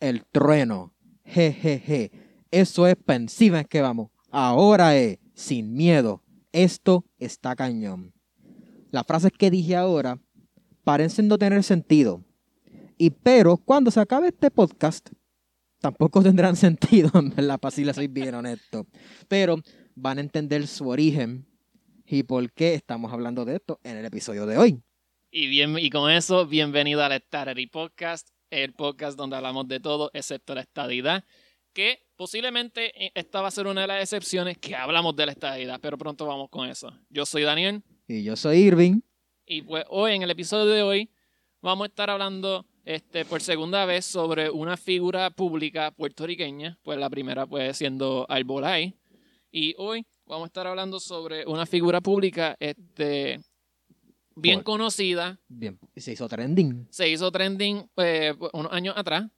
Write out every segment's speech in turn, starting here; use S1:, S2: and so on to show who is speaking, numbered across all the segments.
S1: el trueno. Jejeje. Eso es para encima es que vamos. Ahora es, sin miedo. Esto está cañón. Las frases que dije ahora parecen no tener sentido. Y pero cuando se acabe este podcast, tampoco tendrán sentido, en verdad, para si les soy bien honesto. Pero van a entender su origen y por qué estamos hablando de esto en el episodio de hoy.
S2: Y, bien, y con eso, bienvenido al Starry Podcast, el podcast donde hablamos de todo excepto la estadidad, que posiblemente eh, esta va a ser una de las excepciones que hablamos de la estadidad, pero pronto vamos con eso. Yo soy Daniel
S1: Y yo soy Irving.
S2: y pues hoy en el episodio de hoy vamos a estar hablando este, por segunda vez sobre una figura pública puertorriqueña, pues la primera pues siendo Albolay. Y hoy vamos a estar hablando sobre una figura pública este, bien
S1: Por-
S2: conocida,
S1: Bien, se hizo trending.
S2: se hizo trending eh, unos años atrás.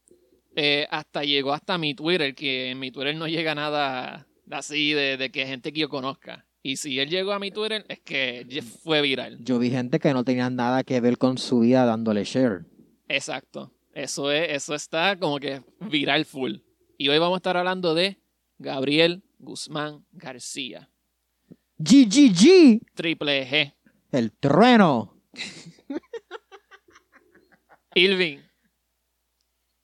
S2: eh, hasta llegó hasta mi Twitter, que en mi Twitter no llega nada así de, de que gente que yo conozca. Y si él llegó a mi Twitter, es que ya fue viral.
S1: Yo vi gente que no tenía nada que ver con su vida dándole share.
S2: Exacto. Eso es, eso está como que viral full. Y hoy vamos a estar hablando de Gabriel Guzmán García.
S1: GGG,
S2: Triple G.
S1: el trueno.
S2: Irving,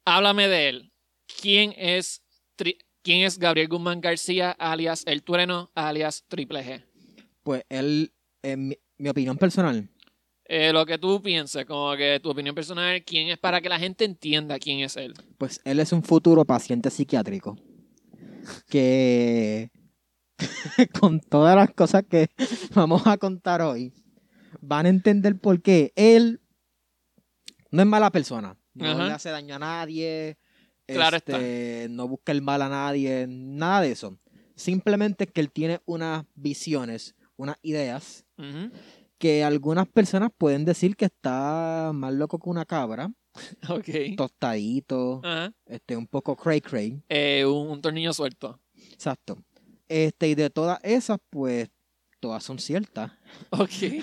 S2: háblame de él. ¿Quién es, Tri- ¿Quién es Gabriel Guzmán García, alias El Trueno, alias Triple G?
S1: Pues él, en mi, mi opinión personal,
S2: Eh, lo que tú pienses, como que tu opinión personal, ¿quién es para que la gente entienda quién es él?
S1: pues él es un futuro paciente psiquiátrico que con todas las cosas que vamos a contar hoy, van a entender por qué él no es mala persona, no
S2: Ajá.
S1: le hace daño a nadie,
S2: Claro
S1: este, no busca el mal a nadie, nada de eso. Simplemente es que él tiene unas visiones, unas ideas
S2: Ujú.
S1: que algunas personas pueden decir que está más loco que una cabra,
S2: Ok.
S1: tostadito,
S2: Ajá.
S1: este, un poco cray cray,
S2: Eh, un, un tornillo suelto.
S1: exacto. Este, y de todas esas, pues, todas son ciertas.
S2: Ok.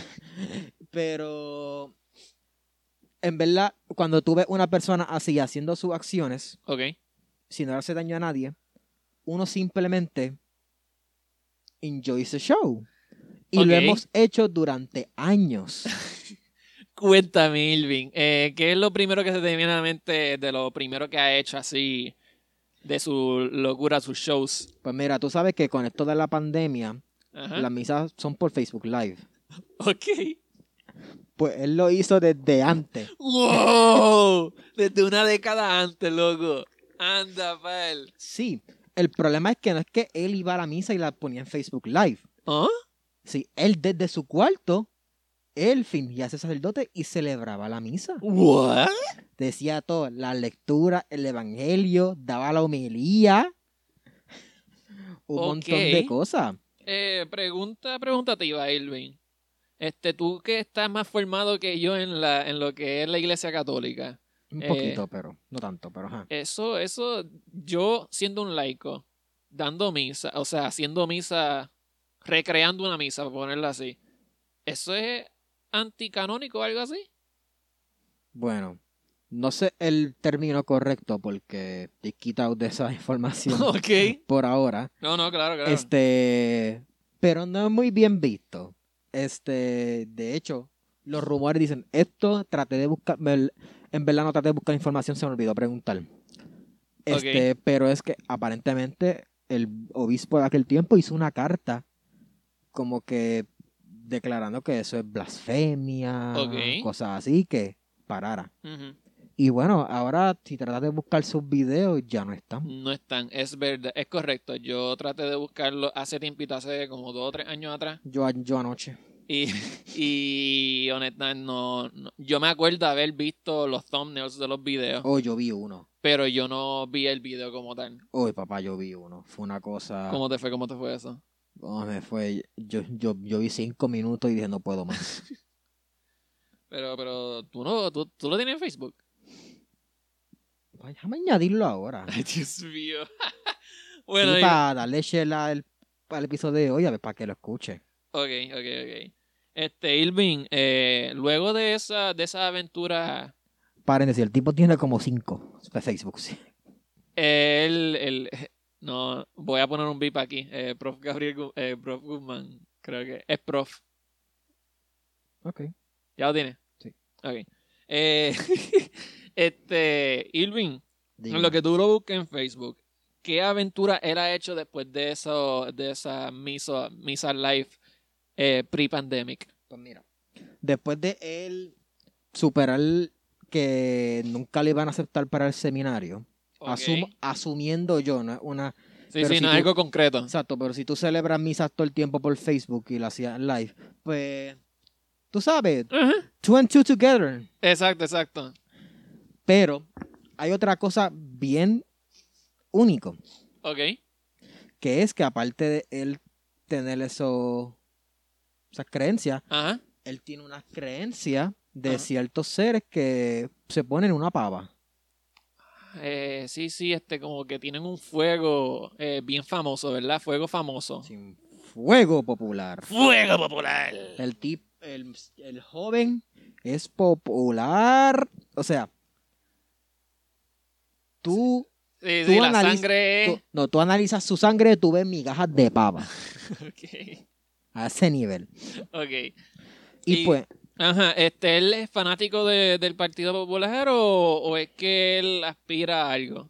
S1: Pero, en verdad, cuando tú ves una persona así haciendo sus acciones,
S2: Ok.
S1: sin darse daño a nadie, uno simplemente enjoy the show. Y lo
S2: Ok.
S1: hemos hecho durante años.
S2: Cuéntame, Irving, eh, ¿qué es lo primero que se te viene a la mente de lo primero que ha hecho así, de su locura, sus shows?
S1: Pues mira, tú sabes que con esto de la pandemia,
S2: Ajá.
S1: las misas son por Facebook Live.
S2: Ok.
S1: Pues él lo hizo desde antes.
S2: ¡Wow! Desde una década antes, loco. Anda, pal.
S1: Sí, el problema es que no es que él iba a la misa y la ponía en Facebook Live.
S2: ¿Ah?
S1: Sí, él desde su cuarto, él fingía ser sacerdote y celebraba la misa.
S2: ¿What?
S1: Decía todo, la lectura, el evangelio, daba la homilía. Un
S2: Ok.
S1: montón de cosas.
S2: Eh, pregunta preguntativa, Irving. Este, tú que estás más formado que yo en, la, en lo que es la iglesia católica.
S1: Un
S2: Eh.
S1: poquito, pero no tanto, pero ajá.
S2: Eso, eso, yo siendo un laico, dando misa, o sea, haciendo misa, recreando una misa, por ponerla así. ¿Eso es anticanónico o algo así?
S1: Bueno, no sé el término correcto porque te he quitado de esa información
S2: Ok.
S1: por ahora.
S2: No, no, claro, claro.
S1: Este, pero no es muy bien visto. Este, de hecho, los rumores dicen, esto traté de buscar, me- en verdad no traté de buscar información, se me olvidó preguntar. Este, pero es que aparentemente el obispo de aquel tiempo hizo una carta como que declarando que eso es blasfemia,
S2: Ok.
S1: cosas así, que parara.
S2: Ujú.
S1: Y bueno, ahora si tratas de buscar sus videos, ya no están.
S2: No están, es verdad, es correcto. Yo traté de buscarlo hace tiempito, hace como dos o tres años atrás.
S1: Yo, yo anoche.
S2: Y, y honestamente, no, no- Yo me acuerdo haber visto los thumbnails de los videos,
S1: Oh, yo vi uno.
S2: pero yo no vi el video como tal.
S1: Uy, papá, yo vi uno. Fue una cosa.
S2: ¿Cómo te fue? ¿Cómo te fue eso?
S1: Oh, me fue. Yo, yo, yo vi cinco minutos y dije, no puedo más.
S2: Pero, pero tú no, tú, tú lo tienes en Facebook.
S1: Ay, Déjame añadirlo ahora.
S2: Ay, Dios mío. bueno, y-
S1: para darle share al, al episodio de hoy, a ver, para que lo escuche.
S2: ok, ok, ok. Este, Irving, eh, luego de esa, de esa aventura
S1: Paren decir, el tipo tiene como cinco de Facebook. sí.
S2: El, el- no, voy a poner un bip aquí. Eh, prof. Gabriel Gu- eh, prof. Guzmán, creo que es prof.
S1: Ok.
S2: ¿Ya lo tienes?
S1: Sí.
S2: Ok. Eh, este, Irving,
S1: Digo,
S2: en lo que tú lo busques en Facebook, ¿qué aventura él ha hecho después de eso, de esa misa, misa live eh, pre-pandemic?
S1: pues mira, después de él superar que nunca le iban a aceptar para el seminario,
S2: Ok.
S1: asum- asumiendo yo, no es una
S2: sí,
S1: pero
S2: sí,
S1: si
S2: no es
S1: tú-
S2: algo concreto.
S1: Exacto, pero si tú celebras misas todo el tiempo por Facebook y lo hacías en live, pues tú sabes,
S2: Ajá.
S1: two and two together.
S2: Exacto, exacto.
S1: Pero hay otra cosa bien único,
S2: Ok.
S1: que es que aparte de él tener eso, esas creencias,
S2: Ajá.
S1: él tiene unas creencias de
S2: Ajá.
S1: ciertos seres que se ponen una pava.
S2: Eh, sí, sí, este, como que tienen un fuego eh, bien famoso, ¿verdad? Fuego famoso.
S1: Sin fuego popular.
S2: Fuego popular.
S1: El tip, el, el joven es popular. O sea, tú,
S2: Sí,
S1: Tú
S2: sí, la
S1: analiz-
S2: sangre
S1: tú-
S2: es.
S1: no, tú analizas su sangre, tú ves migajas de pava
S2: Ok,
S1: a ese nivel.
S2: ok.
S1: Y,
S2: Y-
S1: pues,
S2: Ajá, este, ¿él es fanático de- del Partido Popular o, o es que él aspira a algo?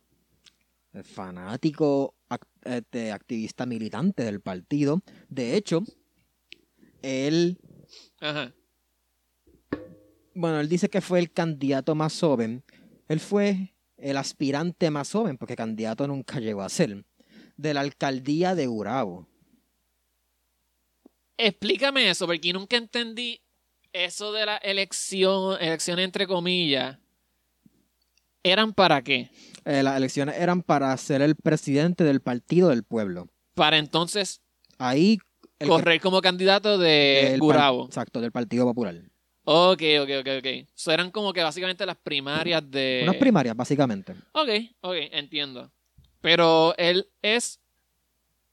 S1: el fanático, ac- este, activista militante del partido. De hecho, él,
S2: Ajá.
S1: bueno, él dice que fue el candidato más joven. Él fue el aspirante más joven, porque candidato nunca llegó a ser, de la alcaldía de Urabo.
S2: Explícame eso, porque yo nunca entendí eso de la elección, elección entre comillas. ¿Eran para qué?
S1: Eh, las elecciones eran para ser el presidente del Partido del Pueblo.
S2: Para entonces
S1: Ahí. el-
S2: correr como candidato de
S1: del par-
S2: Eh, Gurabo.
S1: Exacto, del Partido Popular.
S2: Ok, ok, ok, ok. So, eran como que básicamente las primarias de...
S1: Unas primarias, básicamente.
S2: Ok, ok, entiendo. Pero él es,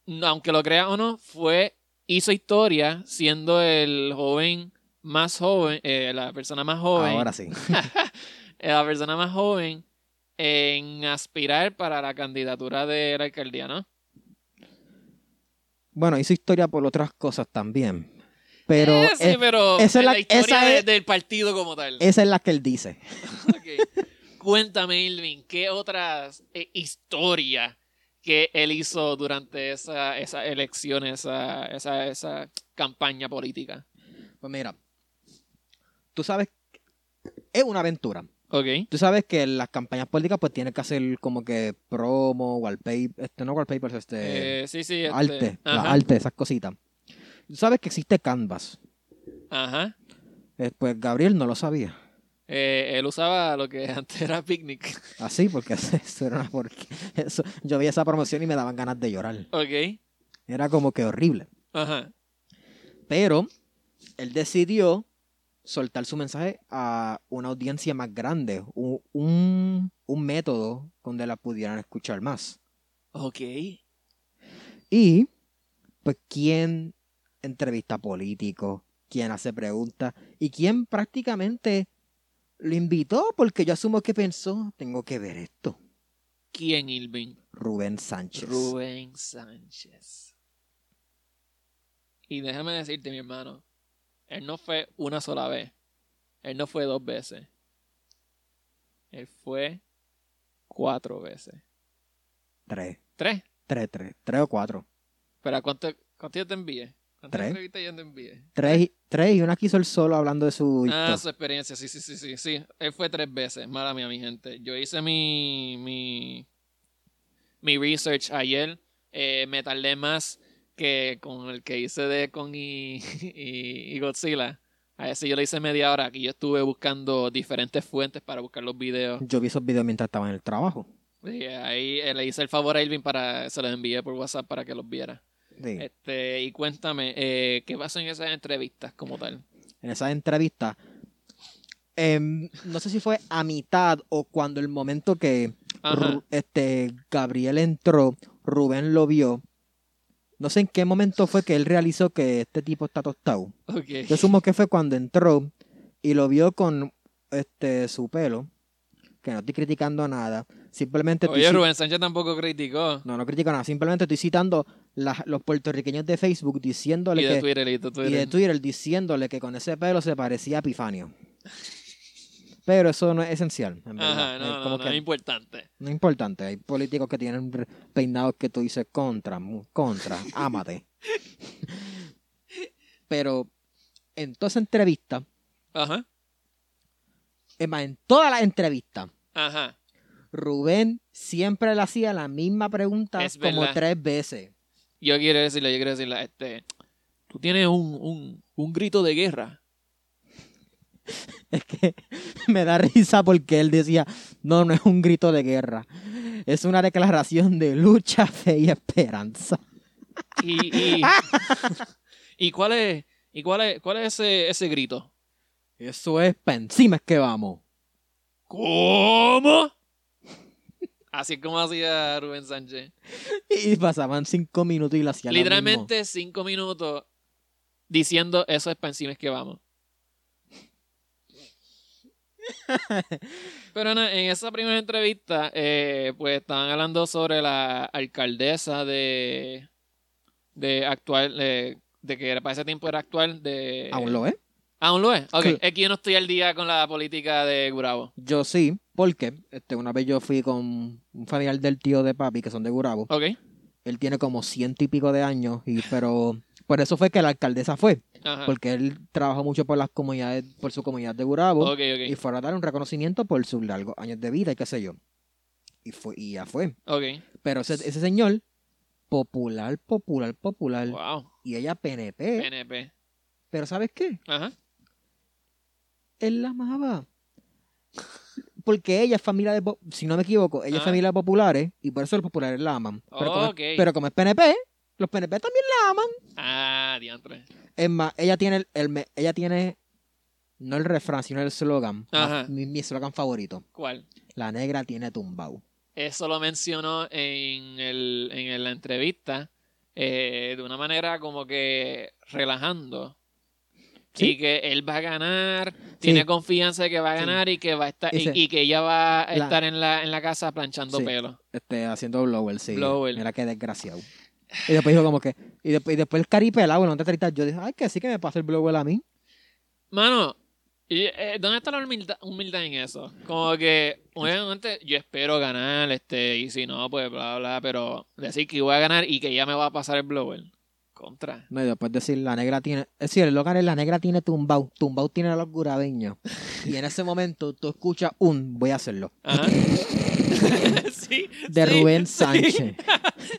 S2: no, aunque lo crea o no, fue, hizo historia siendo el joven más joven, eh, la persona más joven,
S1: Ahora sí.
S2: eh, la persona más joven en aspirar para la candidatura de la alcaldía, ¿no?
S1: Bueno, hizo historia por otras cosas también. Pero
S2: Eh, sí,
S1: es-
S2: pero
S1: esa es la-
S2: la historia
S1: esa
S2: de-
S1: es-
S2: del partido como tal.
S1: esa es la que él dice.
S2: Ok. Cuéntame, Ilvin, ¿qué otras eh, historias que él hizo durante esa, esa elección, esa, esa, esa campaña política?
S1: Pues mira, tú sabes, es una aventura.
S2: Ok.
S1: Tú sabes que las campañas políticas pues tienen que hacer como que promo, wallpaper, este, no wallpapers, este,
S2: Eh, sí, sí. este,
S1: arte, la
S2: Ajá.
S1: arte, esas cositas. Tú sabes que existe Canvas.
S2: ajá.
S1: Eh, Pues Gabriel no lo sabía.
S2: Eh, él usaba lo que antes era Picnic.
S1: Así, Ah, porque eso era una porquería. Eso- yo veía esa promoción y me daban ganas de llorar.
S2: Ok.
S1: Era como que horrible.
S2: Ajá.
S1: Pero él decidió soltar su mensaje a una audiencia más grande, u- un, un método donde la pudieran escuchar más.
S2: Ok.
S1: Y, pues, ¿quién entrevista a políticos? ¿Quién hace preguntas? ¿Y quién prácticamente lo invitó? Porque yo asumo que pensó, tengo que ver esto.
S2: ¿Quién, Ilvin?
S1: Rubén Sánchez.
S2: Rubén Sánchez. Y déjame decirte, mi hermano, él no fue una sola vez. Él no fue dos veces. Él fue cuatro veces.
S1: Tres.
S2: ¿Tres?
S1: Tres, tres, tres o cuatro.
S2: Pero ¿cuánto, cuánto yo te envié? ¿Cuántas
S1: Tres.
S2: entrevistas yo te envié?
S1: Tres, y- tres y una que hizo el solo hablando de su
S2: Ah,
S1: historia.
S2: su experiencia, sí, sí, sí, sí, sí. Él fue tres veces, mala mía, mi gente. Yo hice mi, mi, mi research ayer. Eh, me tardé más que con el que hice de con y, y, y Godzilla. A ese yo le hice media hora. Aquí yo estuve buscando diferentes fuentes para buscar los videos.
S1: Yo vi esos videos mientras estaba en el trabajo.
S2: Y ahí eh, le hice el favor a Irving para se los envié por WhatsApp para que los viera.
S1: Sí.
S2: Este, y cuéntame, eh, ¿qué pasó en esas entrevistas como tal?
S1: En esas entrevistas. em, no sé si fue a mitad o cuando el momento que
S2: Ajá.
S1: Ru- este, Gabriel entró, Rubén lo vio. No sé en qué momento fue que él realizó que este tipo está tostado. Yo
S2: Ok.
S1: sumo que fue cuando entró y lo vio con este su pelo. que no estoy criticando nada. Simplemente estoy
S2: Oye,
S1: ci-
S2: Rubén Sánchez tampoco criticó.
S1: No, no critico nada. Simplemente estoy citando las- los puertorriqueños de Facebook diciéndole
S2: Y de
S1: que.
S2: Twitter, y de
S1: y de
S2: Twitter.
S1: Twitter diciéndole que con ese pelo se parecía a Epifanio. Pero eso no es esencial. en verdad.
S2: Ajá,
S1: Es
S2: no,
S1: como
S2: no, no,
S1: que
S2: es importante.
S1: no es importante. Hay políticos que tienen re- peinados que tú dices contra, mu- contra, ámate. Pero en toda esa entrevista,
S2: Ajá,
S1: es más, en toda la entrevista,
S2: ajá.
S1: Rubén siempre le hacía la misma pregunta
S2: Es
S1: como
S2: verdad.
S1: tres veces.
S2: Yo quiero decirle, yo quiero decirle, este, tú tienes un, un, un grito de guerra.
S1: Es que me da risa porque él decía, no, no es un grito de guerra, es una declaración de lucha, fe y esperanza.
S2: ¿Y, y, ¿y cuál es, y cuál es, cuál es ese, ese grito?
S1: Eso es, pa' encima es que vamos.
S2: ¿Cómo? Así es como hacía Rubén Sánchez.
S1: Y pasaban cinco minutos y lo hacían. lo mismo.
S2: Literalmente cinco minutos diciendo eso es pa' encima es que vamos. Pero na- en esa primera entrevista, eh, pues estaban hablando sobre la alcaldesa de, de actual, de, de que era- para ese tiempo era actual de...
S1: Aún lo es.
S2: ¿Aún lo es? Ok,
S1: Sí.
S2: es que yo no estoy al día con la política de Gurabo.
S1: Yo sí, porque este, una vez yo fui con un familiar del tío de papi, que son de Gurabo.
S2: Ok,
S1: Él tiene como ciento y pico de años, y, pero por eso fue que la alcaldesa fue,
S2: ajá.
S1: porque él trabajó mucho por las comunidades, por su comunidad de Gurabo.
S2: Ok,
S1: y
S2: ok,
S1: fuera a dar un reconocimiento por sus largos años de vida y qué sé yo. Y, fue, y ya fue.
S2: ok.
S1: Pero ese, ese señor, popular, popular, popular,
S2: Wow,
S1: y ella PNP.
S2: PNP.
S1: Pero ¿sabes qué?
S2: Ajá.
S1: Él la amaba. Porque ella es familia de, po- si no me equivoco, ella es
S2: Ah.
S1: familia de populares y por eso los populares la aman. Pero, como, es-
S2: Ok.
S1: pero como es PNP, los PNP también la aman.
S2: Ah, diantre.
S1: Es más, ella tiene, el, el me- ella tiene, no el refrán, sino el slogan,
S2: Ajá.
S1: mi, mi slogan favorito.
S2: ¿Cuál?
S1: La negra tiene tumbao.
S2: Eso lo mencionó en, el, en la entrevista eh, de una manera como que relajando.
S1: Sí.
S2: Y que él va a ganar, tiene confianza de que va a
S1: Sí.
S2: ganar y que va a estar, y,
S1: Dice-
S2: y que ella va a
S1: La-
S2: estar en la, en la casa planchando
S1: Sí.
S2: pelo.
S1: este, haciendo blower, sí.
S2: Blower.
S1: Mira qué desgraciado. Y después dijo como que, y después, y después el caripelado, bueno, antes de gritar, yo dije, ay, que sí que me pasó el blower a mí.
S2: Mano, y, eh, ¿dónde está la humilda- humildad, en eso? Como que, obviamente, yo espero ganar, este, y si no, pues bla, bla, pero decir que voy a ganar y que ella me va a pasar el blower. Contra.
S1: No, y después decir, la negra tiene, es decir, el local es la negra tiene tumbao, tumbao tiene a los gurabeños. Y en ese momento tú escuchas un, voy a hacerlo,
S2: Ajá. sí,
S1: de
S2: sí,
S1: Rubén
S2: sí.
S1: Sánchez.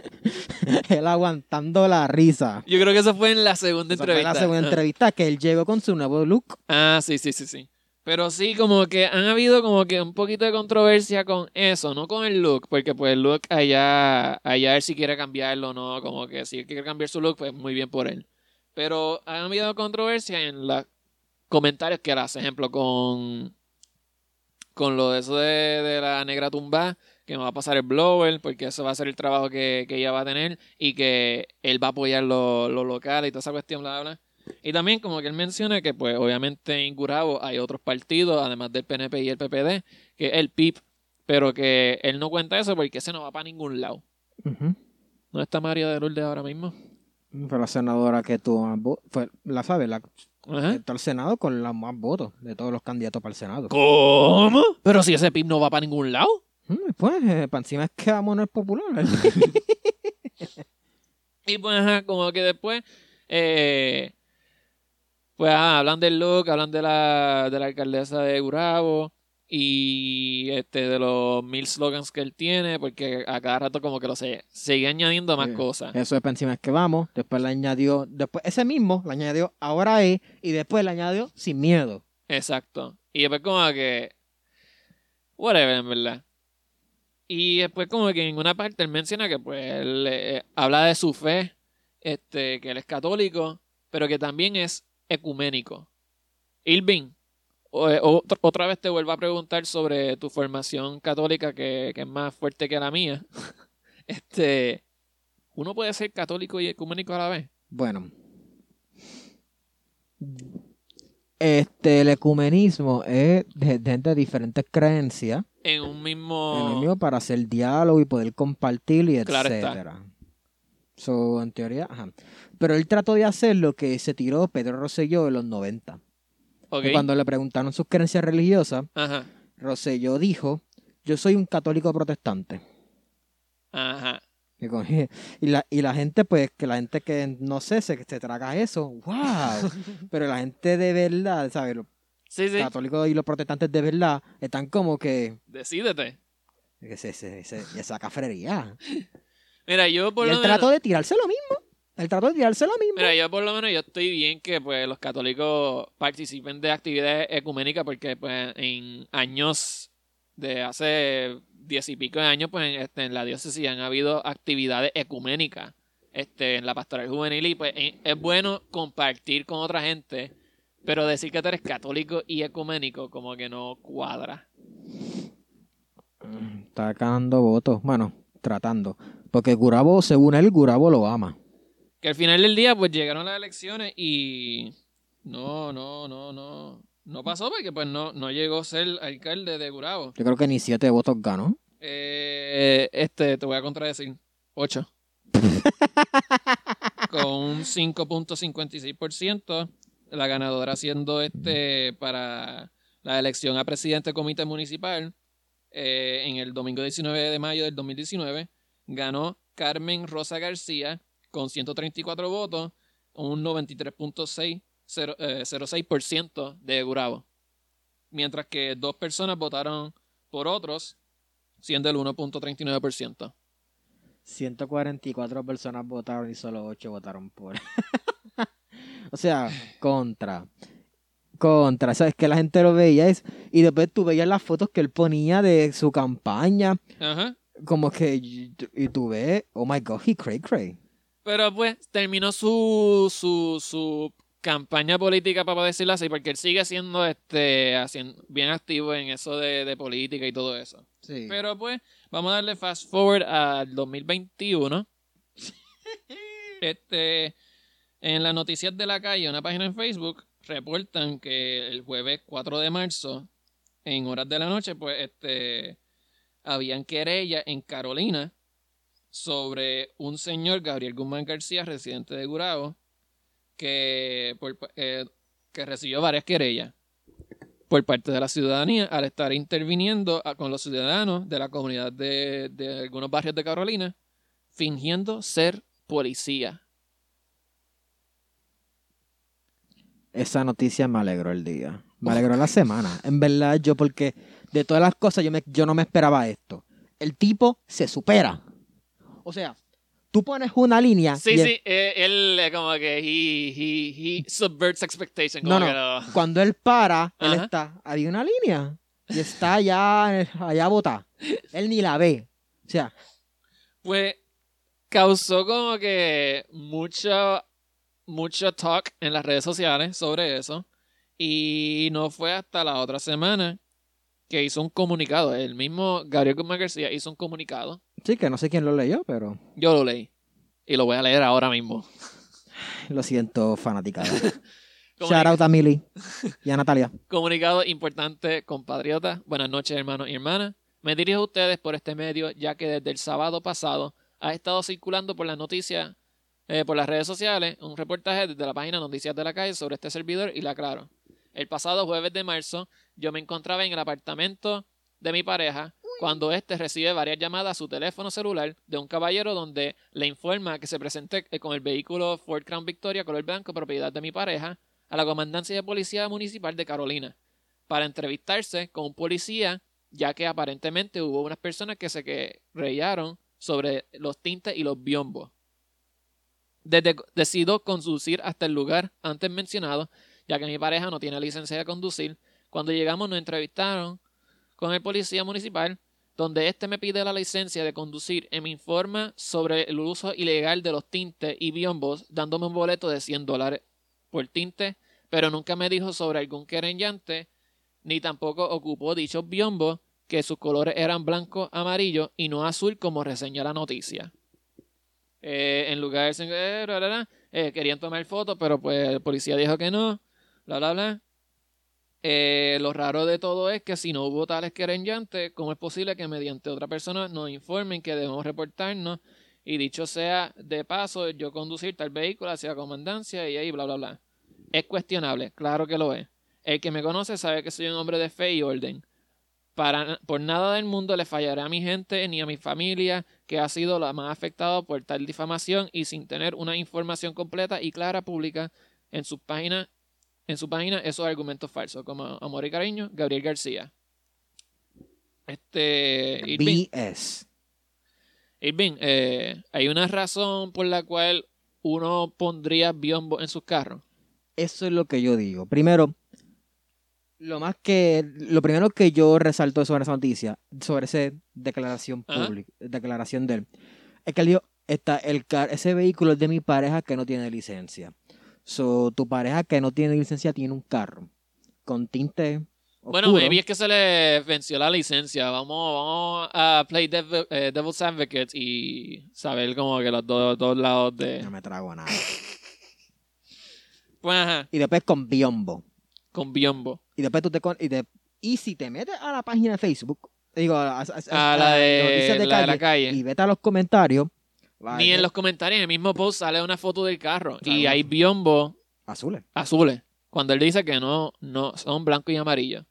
S1: él aguantando la risa.
S2: Yo creo que eso fue en la segunda
S1: Esa fue
S2: entrevista.
S1: la segunda
S2: Ah.
S1: entrevista que él llegó con su nuevo look.
S2: Ah, sí, sí, sí, sí. Pero sí, como que han habido como que un poquito de controversia con eso, no con el look, porque pues el look allá, allá él si quiere cambiarlo, no, como que si él quiere cambiar su look, pues muy bien por él. Pero han habido controversia en los comentarios que él hace, ejemplo, con, con lo de eso de, de la negra tumba, que me va a pasar el blower, porque eso va a ser el trabajo que, que ella va a tener y que él va a apoyar los lo locales y toda esa cuestión, bla, bla, bla. Y también como que él menciona que pues obviamente en Gurabo hay otros partidos, además del PNP y el PPD, que es el PIB, pero que él no cuenta eso porque ese no va para ningún lado.
S1: Ujú.
S2: ¿No está María de Lourdes ahora mismo?
S1: Fue la senadora que tuvo más votos. Fue, la sabe, la,
S2: Ajá.
S1: entró al Senado con los más votos de todos los candidatos para el Senado.
S2: ¿Cómo? Pero si ese PIB no va para ningún lado.
S1: Mm, Pues, eh, para encima es que vamos no es popular.
S2: Y pues ajá, como que después, eh, pues ajá, hablan del look, hablan de la, de la alcaldesa de Gurabo y este de los mil slogans que él tiene, porque a cada rato como que lo se sigue añadiendo más
S1: Sí.
S2: cosas.
S1: Eso es para encima es que vamos. Después le añadió, después ese mismo le añadió ahora es y después le añadió sin miedo.
S2: Exacto. Y después como que... Whatever, en verdad. Y después como que en una parte él menciona que pues él eh, habla de su fe, este, que él es católico, pero que también es ecuménico. Ilvin, o- eh, otro- otra vez te vuelvo a preguntar sobre tu formación católica que, que es más fuerte que la mía. este, ¿uno puede ser católico y ecuménico a la vez?
S1: Bueno. Este, el ecumenismo es de gente de diferentes creencias
S2: en un
S1: en el
S2: mismo...
S1: mío para hacer diálogo y poder compartir y
S2: Oh. Claro está.
S1: etcétera. So, en teoría, ajá. Pero él trató de hacer lo que se tiró Pedro Rosselló en los 90.
S2: Ok.
S1: Y Cuando le preguntaron sus creencias religiosas,
S2: Ajá.
S1: Rosselló dijo, yo soy un católico protestante.
S2: Ajá.
S1: Y, con- y la, y la gente, pues, que la gente que, no sé, se, se traga eso, wow. Pero la gente de verdad, ¿sabes? Los
S2: Sí, sí.
S1: católicos y los protestantes de verdad están como que...
S2: Decídete.
S1: que se, se, se- esa cafrería.
S2: Mira, yo por
S1: y
S2: lo
S1: él
S2: menos...
S1: trató de tirarse lo mismo. Él trató de tirarse lo mismo.
S2: Mira, yo por lo menos yo estoy bien que pues los católicos participen de actividades ecuménicas porque pues en años de hace diez y pico de años pues en, este, en la diócesis han habido actividades ecuménicas este, en la pastoral juvenil y pues eh, es bueno compartir con otra gente pero decir que tú eres católico y ecuménico como que no cuadra.
S1: Mm, Está ganando votos. Bueno, tratando. Porque Gurabo, según él, Gurabo lo ama.
S2: Que al final del día, pues llegaron las elecciones y. No, no, no, no. No pasó porque, pues, no, no llegó a ser alcalde de Gurabo.
S1: Yo creo que ni siete votos ganó.
S2: Eh, este, te voy a contradecir. 8. Con un 5.56%. La ganadora siendo este para la elección a presidente del comité municipal eh, en el domingo 19 de mayo del 2019. Ganó Carmen Rosa García con 134 votos, un eh, 93.06% de Gurabo. Mientras que dos personas votaron por otros siendo el 1.39%.
S1: 144 personas votaron y solo 8 votaron por. o sea, contra. Contra. ¿Sabes que La gente lo veía. Es... Y después tú veías las fotos que él ponía de su campaña.
S2: Ajá.
S1: Como que. Y tú ves. Oh my god, he cray cray.
S2: Pero pues terminó su, su, su campaña política, para decirlo así, porque él sigue siendo este, haciendo, bien activo en eso de, de política y todo eso.
S1: Sí.
S2: Pero pues, vamos a darle fast forward al 2021. Este, en las noticias de la calle, una página en Facebook, reportan que el jueves 4 de marzo, en horas de la noche, pues, este, habían querella en Carolina sobre un señor, Gabriel Guzmán García, residente de Gurabo, que, por pa- eh, que recibió varias querellas por parte de la ciudadanía al estar interviniendo a- con los ciudadanos de la comunidad de, de algunos barrios de Carolina, fingiendo ser policía.
S1: Esa noticia me alegró el día. Me alegró la semana. En verdad, yo, porque de todas las cosas, yo, me- yo no me esperaba esto. El tipo se supera. O sea, tú pones una línea.
S2: Sí,
S1: y el-
S2: sí, eh, él eh, como que he, he, he subverts expectation. como
S1: No,
S2: que
S1: no. Cuando él para, él
S2: Ajá.
S1: está. Había una línea. Y está allá, allá botada. Él ni la ve. O sea,
S2: Pues causó como que mucho, mucho talk en las redes sociales sobre eso. Y no fue hasta la otra semana que hizo un comunicado. El mismo Gabriel Guzmán García hizo un comunicado
S1: sí que no sé quién lo leyó, pero
S2: Yo lo leí. Y lo voy a leer ahora mismo.
S1: lo siento, fanaticada. Shout
S2: Comuni-
S1: out a Mili y a Natalia.
S2: comunicado importante, compatriotas. Buenas noches, hermanos y hermanas. Me dirijo a ustedes por este medio, ya que desde el sábado pasado ha estado circulando por las noticias, eh, por las redes sociales, un reportaje desde la página Noticias de la Calle sobre este servidor y la aclaro. El pasado jueves de marzo, yo me encontraba en el apartamento de mi pareja cuando éste recibe varias llamadas a su teléfono celular de un caballero donde le informa que se presente eh, con el vehículo Ford Crown Victoria color blanco propiedad de mi pareja a la comandancia de policía municipal de Carolina para entrevistarse con un policía, ya que aparentemente hubo unas personas que se querellaron sobre los tintes y los biombos. Desde, decido conducir hasta el lugar antes mencionado, ya que mi pareja no tiene licencia de conducir. Cuando llegamos nos entrevistaron con el policía municipal, donde éste me pide la licencia de conducir y me informa sobre el uso ilegal de los tintes y biombos, dándome un boleto de 100 dólares por tinte, pero nunca me dijo sobre algún querellante, ni tampoco ocupó dichos biombos, que sus colores eran blanco, amarillo y no azul, como reseña la noticia. Eh, en lugar de... cinco- eh, ra, ra, ra, eh, querían tomar fotos, pero pues el policía dijo que no, bla, bla, bla. Eh, lo raro de todo es que si no hubo tales querellantes, ¿cómo es posible que mediante otra persona nos informen que debemos reportarnos? Y dicho sea de paso, yo conducir tal vehículo hacia la comandancia y ahí bla bla bla. Es cuestionable, claro que lo es. El que me conoce sabe que soy un hombre de fe y orden. Para, por nada del mundo le fallaré a mi gente ni a mi familia, que ha sido la más afectada por tal difamación y sin tener una información completa y clara pública en sus páginas en su página esos argumentos falsos, como Amor y Cariño, Gabriel García. Este. Irving,
S1: BS.
S2: Irving, eh, hay una razón por la cual uno pondría biombo en sus carros.
S1: Eso es lo que yo digo. Primero, lo más que. Lo primero que yo resalto sobre esa noticia, sobre esa declaración
S2: Ajá.
S1: pública, declaración de él, es que él dijo, está el car- ese vehículo es de mi pareja que no tiene licencia. So, tu pareja que no tiene licencia tiene un carro. Con tinte.
S2: Bueno,
S1: oscuro.
S2: maybe es que se le venció la licencia. Vamos, vamos a play devil- eh, Devil's Advocate y saber como que los dos, dos lados de.
S1: No me trago nada.
S2: Pues ajá,
S1: Y después con biombo.
S2: con biombo.
S1: Y después tú te con- y, te- y si te metes a la página de Facebook, digo, a, a- a-
S2: A la
S1: a
S2: de-
S1: noticias
S2: la de la calle.
S1: y vete a los comentarios, va a
S2: Ni en
S1: ver
S2: los comentarios, en el mismo post sale una foto del carro. Y
S1: Sale una
S2: hay
S1: foto.
S2: biombo
S1: azules.
S2: azules. Cuando él dice que no, no son blanco y amarillo.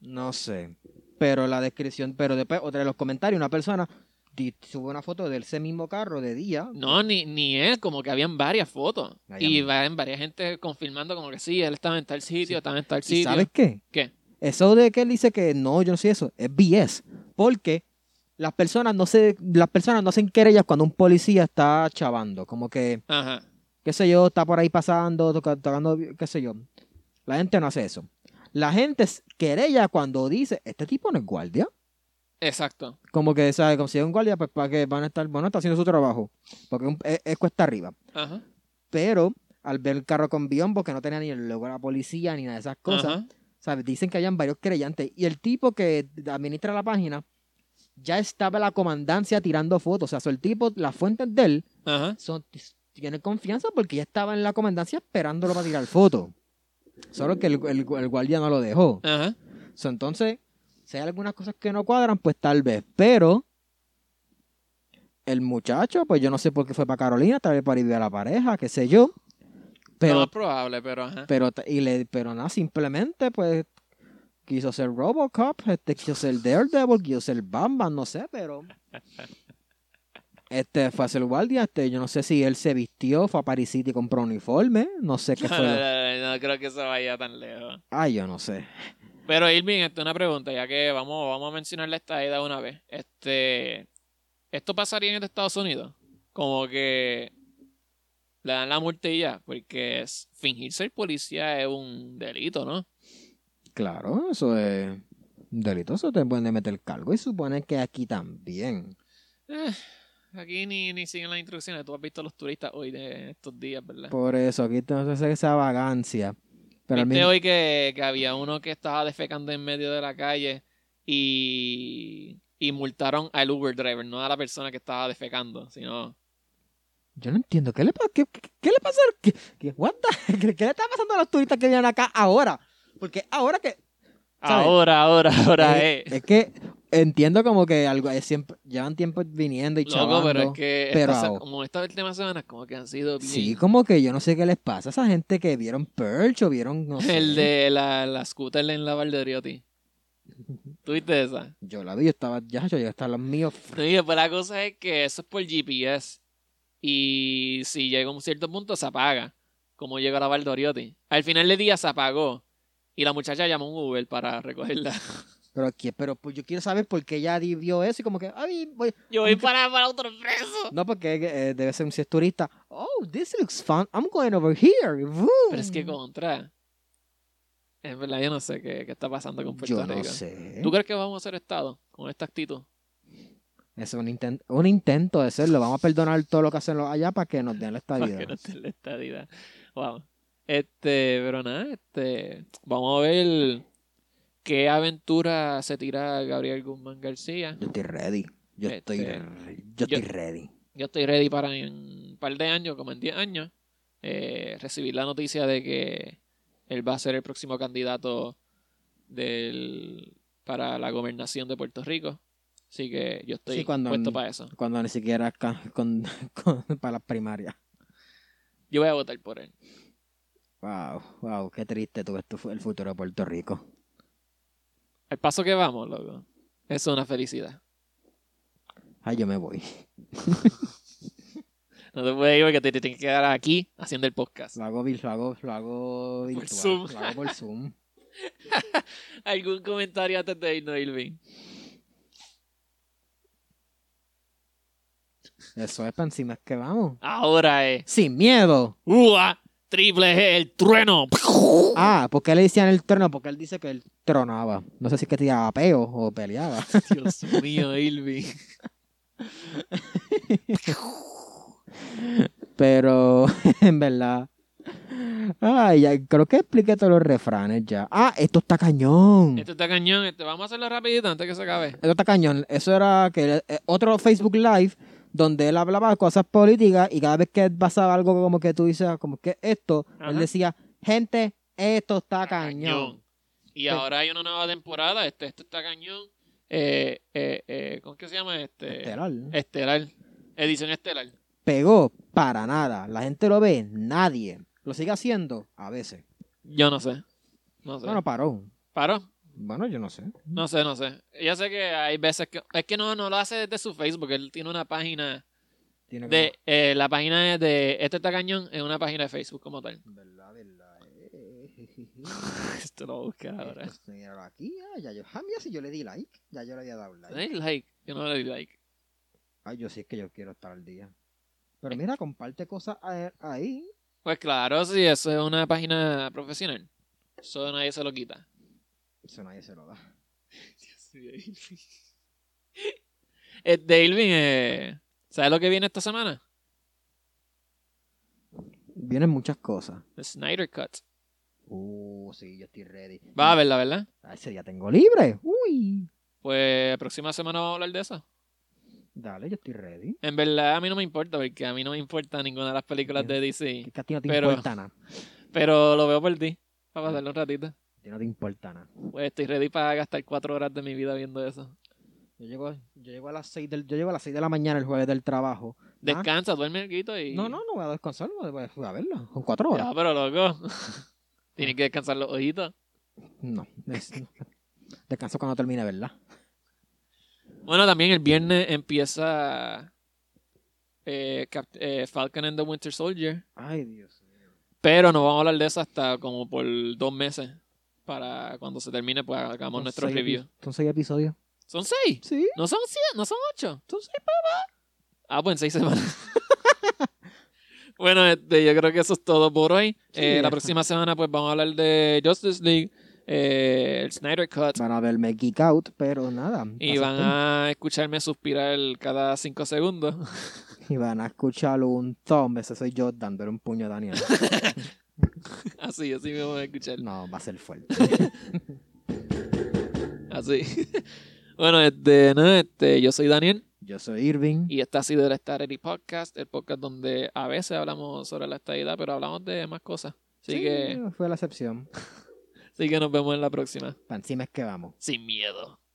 S1: No sé. Pero la descripción, pero después otra de los comentarios, una persona di- sube una foto de ese mismo carro de día.
S2: No, ni, ni él, como que habían varias fotos.
S1: Ay,
S2: Y
S1: amor.
S2: van varias gente confirmando como que sí, él estaba en tal sitio,
S1: Sí.
S2: estaba en tal
S1: ¿Y
S2: sitio.
S1: sabes qué?
S2: ¿Qué?
S1: Eso de que él dice que no, yo no soy eso, es BS. Porque las personas no se, las personas no hacen querellas cuando un policía está chavando. Como que
S2: Ajá.
S1: qué sé yo, está por ahí pasando, toca- tocando, qué sé yo. La gente no hace eso. La gente es querella cuando dice, este tipo no es guardia.
S2: Exacto.
S1: Como que, ¿sabes? Como si es un guardia, pues para que van a estar, bueno, está haciendo su trabajo. Porque un- es, es cuesta arriba.
S2: Ajá.
S1: Pero al ver el carro con biombo, que no tenía ni el logo de la policía ni nada de esas cosas,
S2: Ajá.
S1: ¿sabes? Dicen que hayan varios creyentes. Y el tipo que administra la página ya estaba en la comandancia tirando fotos. O sea, so, el tipo, las fuentes de él
S2: Ajá.
S1: son, tienen confianza porque ya estaba en la comandancia esperándolo para tirar foto. Solo que el, el- el guardia no lo dejó.
S2: Ajá.
S1: So, entonces, si hay algunas cosas que no cuadran, pues tal vez. Pero el muchacho, pues yo no sé por qué fue para Carolina, tal vez para ir a la pareja, qué sé yo.
S2: lo
S1: Pero,
S2: más probable, pero ajá.
S1: pero, y le, pero nada, simplemente pues quiso ser Robocop, este, quiso ser Daredevil, quiso ser Batman, no sé, pero... Este fue a ser guardia, este, yo no sé si él se vistió, fue a Paris City y compró uniforme, no sé qué
S2: No,
S1: fue.
S2: no,
S1: lo-
S2: no, no creo que se vaya tan lejos.
S1: Ay, yo no sé.
S2: Pero Irving, esta es una pregunta, ya que vamos, vamos a mencionar la estadía de una vez. Este, ¿Esto pasaría en Estados Unidos? Como que le dan la multilla, porque es- fingir ser policía es un delito, ¿no?
S1: Claro, eso es delitoso, te pueden meter cargo y supone que aquí también.
S2: Eh, aquí ni, ni siguen las instrucciones. Tú has visto a los turistas hoy de estos días, ¿verdad?
S1: Por eso, aquí entonces esa vagancia. Pero al mismo-
S2: Viste Este hoy que, que había uno que estaba defecando en medio de la calle y, y multaron al Uber driver, no a la persona que estaba defecando, sino...
S1: Yo no entiendo, ¿qué le, pa- qué, qué- qué le pasa? ¿Qué, qué, what the- qué- qué le está pasando a los turistas que vienen acá ahora? Porque ahora que... ¿Sabes?
S2: Ahora, ahora, ahora, eh.
S1: Es, es que entiendo como que algo es siempre, llevan tiempo viniendo y
S2: Loco,
S1: chavando.
S2: pero es que
S1: pero
S2: esta se-
S1: ahora-
S2: como esta última semana como que han sido bien...
S1: Sí, como que yo no sé qué les pasa a esa gente que vieron Perch o vieron, no sé.
S2: El de la, la scooter en la Valderiotti. ¿Tuviste esa?
S1: Yo la vi, yo estaba, ya, yo ya estaba los míos.
S2: No, y después la cosa es que eso es por GPS. Y si llega a un cierto punto, se apaga. Como llegó la Valdoriotti. Al final del día se apagó. Y la muchacha llamó a un Uber para recogerla.
S1: Pero, aquí, pero pues, yo quiero saber por qué ella di- vio eso y como que, ay, voy,
S2: Yo voy para, para otro preso.
S1: No, porque eh, debe ser un si es turista. Oh, this looks fun. I'm going over here. Vroom.
S2: Pero es que contra. En verdad, yo no sé qué, qué está pasando con Puerto
S1: Yo no
S2: Rico.
S1: sé.
S2: ¿Tú crees que vamos a ser Estado con esta actitud?
S1: Es un, inten- un intento de serlo. Vamos a perdonar todo lo que hacen los allá para que nos den la
S2: Para
S1: estadía.
S2: que no esté en la estadidad. Wow. Este, pero nada, este, vamos a ver qué aventura se tira Gabriel Guzmán García.
S1: Yo estoy ready. Yo estoy,
S2: Este,
S1: re- yo
S2: yo-
S1: estoy ready.
S2: Yo estoy ready para en un par de años, como en 10 años, eh, recibir la noticia de que él va a ser el próximo candidato del, para la gobernación de Puerto Rico. Así que yo estoy
S1: Sí, cuando-
S2: puesto para eso.
S1: Cuando ni siquiera ca- con- con- para las primarias.
S2: Yo voy a votar por él.
S1: Wow, wow, qué triste tú ves tu fu- el futuro de Puerto Rico.
S2: El paso que vamos, loco. Eso es una felicidad.
S1: Ay, yo me voy.
S2: No te puedes ir porque te, te tienes que quedar aquí haciendo el podcast.
S1: Lo hago, vi- lo hago, lo hago virtual,
S2: Zoom.
S1: Lo hago por Zoom.
S2: ¿Algún comentario antes de irnos, Irving?
S1: Eso es para encima es que vamos.
S2: Ahora es.
S1: Sin miedo.
S2: ¡Ua! Triple G, el trueno.
S1: Ah, ¿por qué le decían el trono? Porque él dice que él tronaba. No sé si es que tiraba peo o peleaba.
S2: Dios mío, Irving.
S1: Pero, en verdad. Ay, ya, creo que expliqué todos los refranes ya. Ah, esto está cañón.
S2: Esto está cañón. Este, vamos a hacerlo rapidito antes que se acabe.
S1: Eso está cañón. Eso era que eh, otro Facebook Live donde él hablaba cosas políticas y cada vez que pasaba algo como que tú dices, como que esto, él
S2: Ajá.
S1: decía, gente, esto está cañón.
S2: Y ahora hay una nueva temporada. Este, este está cañón. Eh, eh, eh, ¿Cómo es que se llama? Este,
S1: Estelar.
S2: Estelar. Edición Estelar.
S1: Pegó para nada. La gente lo ve, nadie. Lo sigue haciendo a veces.
S2: Yo no sé. No sé.
S1: Bueno, paró.
S2: ¿Paró?
S1: Bueno, yo no sé.
S2: No sé, no sé. Yo sé que hay veces que... Es que no, no lo hace desde su Facebook. Él tiene una página...
S1: Tiene que-
S2: de eh, La página es de Este está cañón es una página de Facebook como tal.
S1: Verdad, verdad. eh.
S2: Esto lo busca ahora.
S1: Esto, míralo aquí, ah, ya yo, ah, mira, si yo le di like, ya yo le había dado like.
S2: Dale like. Yo no le doy like.
S1: Ay, yo sí es que yo quiero estar al día. Pero
S2: Eh.
S1: mira, comparte cosas a- ahí.
S2: Pues claro, sí, eso es una página profesional. Eso nadie se lo quita.
S1: Eso nadie se lo da.
S2: Este, Irving, eh, ¿sabes lo que viene esta semana?
S1: Vienen muchas cosas.
S2: The Snyder Cut.
S1: Uh, sí, yo estoy ready.
S2: Va a verla, ¿verdad?
S1: Ah, Ese día tengo libre. Uy.
S2: Pues la próxima semana vamos a hablar de eso.
S1: Dale, yo estoy ready.
S2: En verdad a mí no me importa, porque a mí no me importa ninguna de las películas de
S1: Es
S2: DC.
S1: que a ti no te
S2: Pero-
S1: importa nada.
S2: Pero lo veo por ti, para pasarlo un ratito.
S1: A ti no te importa nada.
S2: Pues estoy ready para gastar cuatro horas de mi vida viendo eso.
S1: Yo llego, yo llego a las 6 del, yo llego a las seis de la mañana el jueves del trabajo.
S2: Descansa, duerme el guito y...
S1: Ah. No, no, no voy a descansar, voy a- voy a verlo. Con cuatro horas.
S2: Ya, pero loco. Tienes que descansar los ojitos.
S1: No. es- Descanso cuando termine, ¿verdad?
S2: Bueno, también el viernes empieza eh, Cap- eh, Falcon and the Winter Soldier.
S1: Ay, Dios mío.
S2: Pero no vamos a hablar de eso hasta como por dos meses. Para cuando se termine, pues hagamos
S1: Son
S2: nuestro
S1: seis
S2: review.
S1: epi- Son seis episodios.
S2: ¿Son seis?
S1: Sí.
S2: ¿No son siete? ¿No son ocho?
S1: Son seis.
S2: Ah, pues en seis semanas. bueno, este, yo creo que eso es todo por hoy.
S1: Sí,
S2: Eh, la
S1: ya.
S2: próxima semana, pues vamos a hablar de Justice League, eh, el Snyder Cut.
S1: Van a verme geek out, pero nada.
S2: Y van a escucharme suspirar cada cinco segundos.
S1: Y van a escuchar un thumb. Ese soy yo dándole un puño a Daniel.
S2: así, así me van a escuchar.
S1: No, va a ser fuerte.
S2: Así. bueno, este, nada, este, yo soy Daniel
S1: Yo soy Irving.
S2: y esta ha sido el Star Ready Podcast, el podcast donde a veces hablamos sobre la estadidad, pero hablamos de más cosas. Así, que,
S1: Fue la excepción.
S2: así que nos vemos en la próxima.
S1: Para encima es que vamos.
S2: Sin miedo.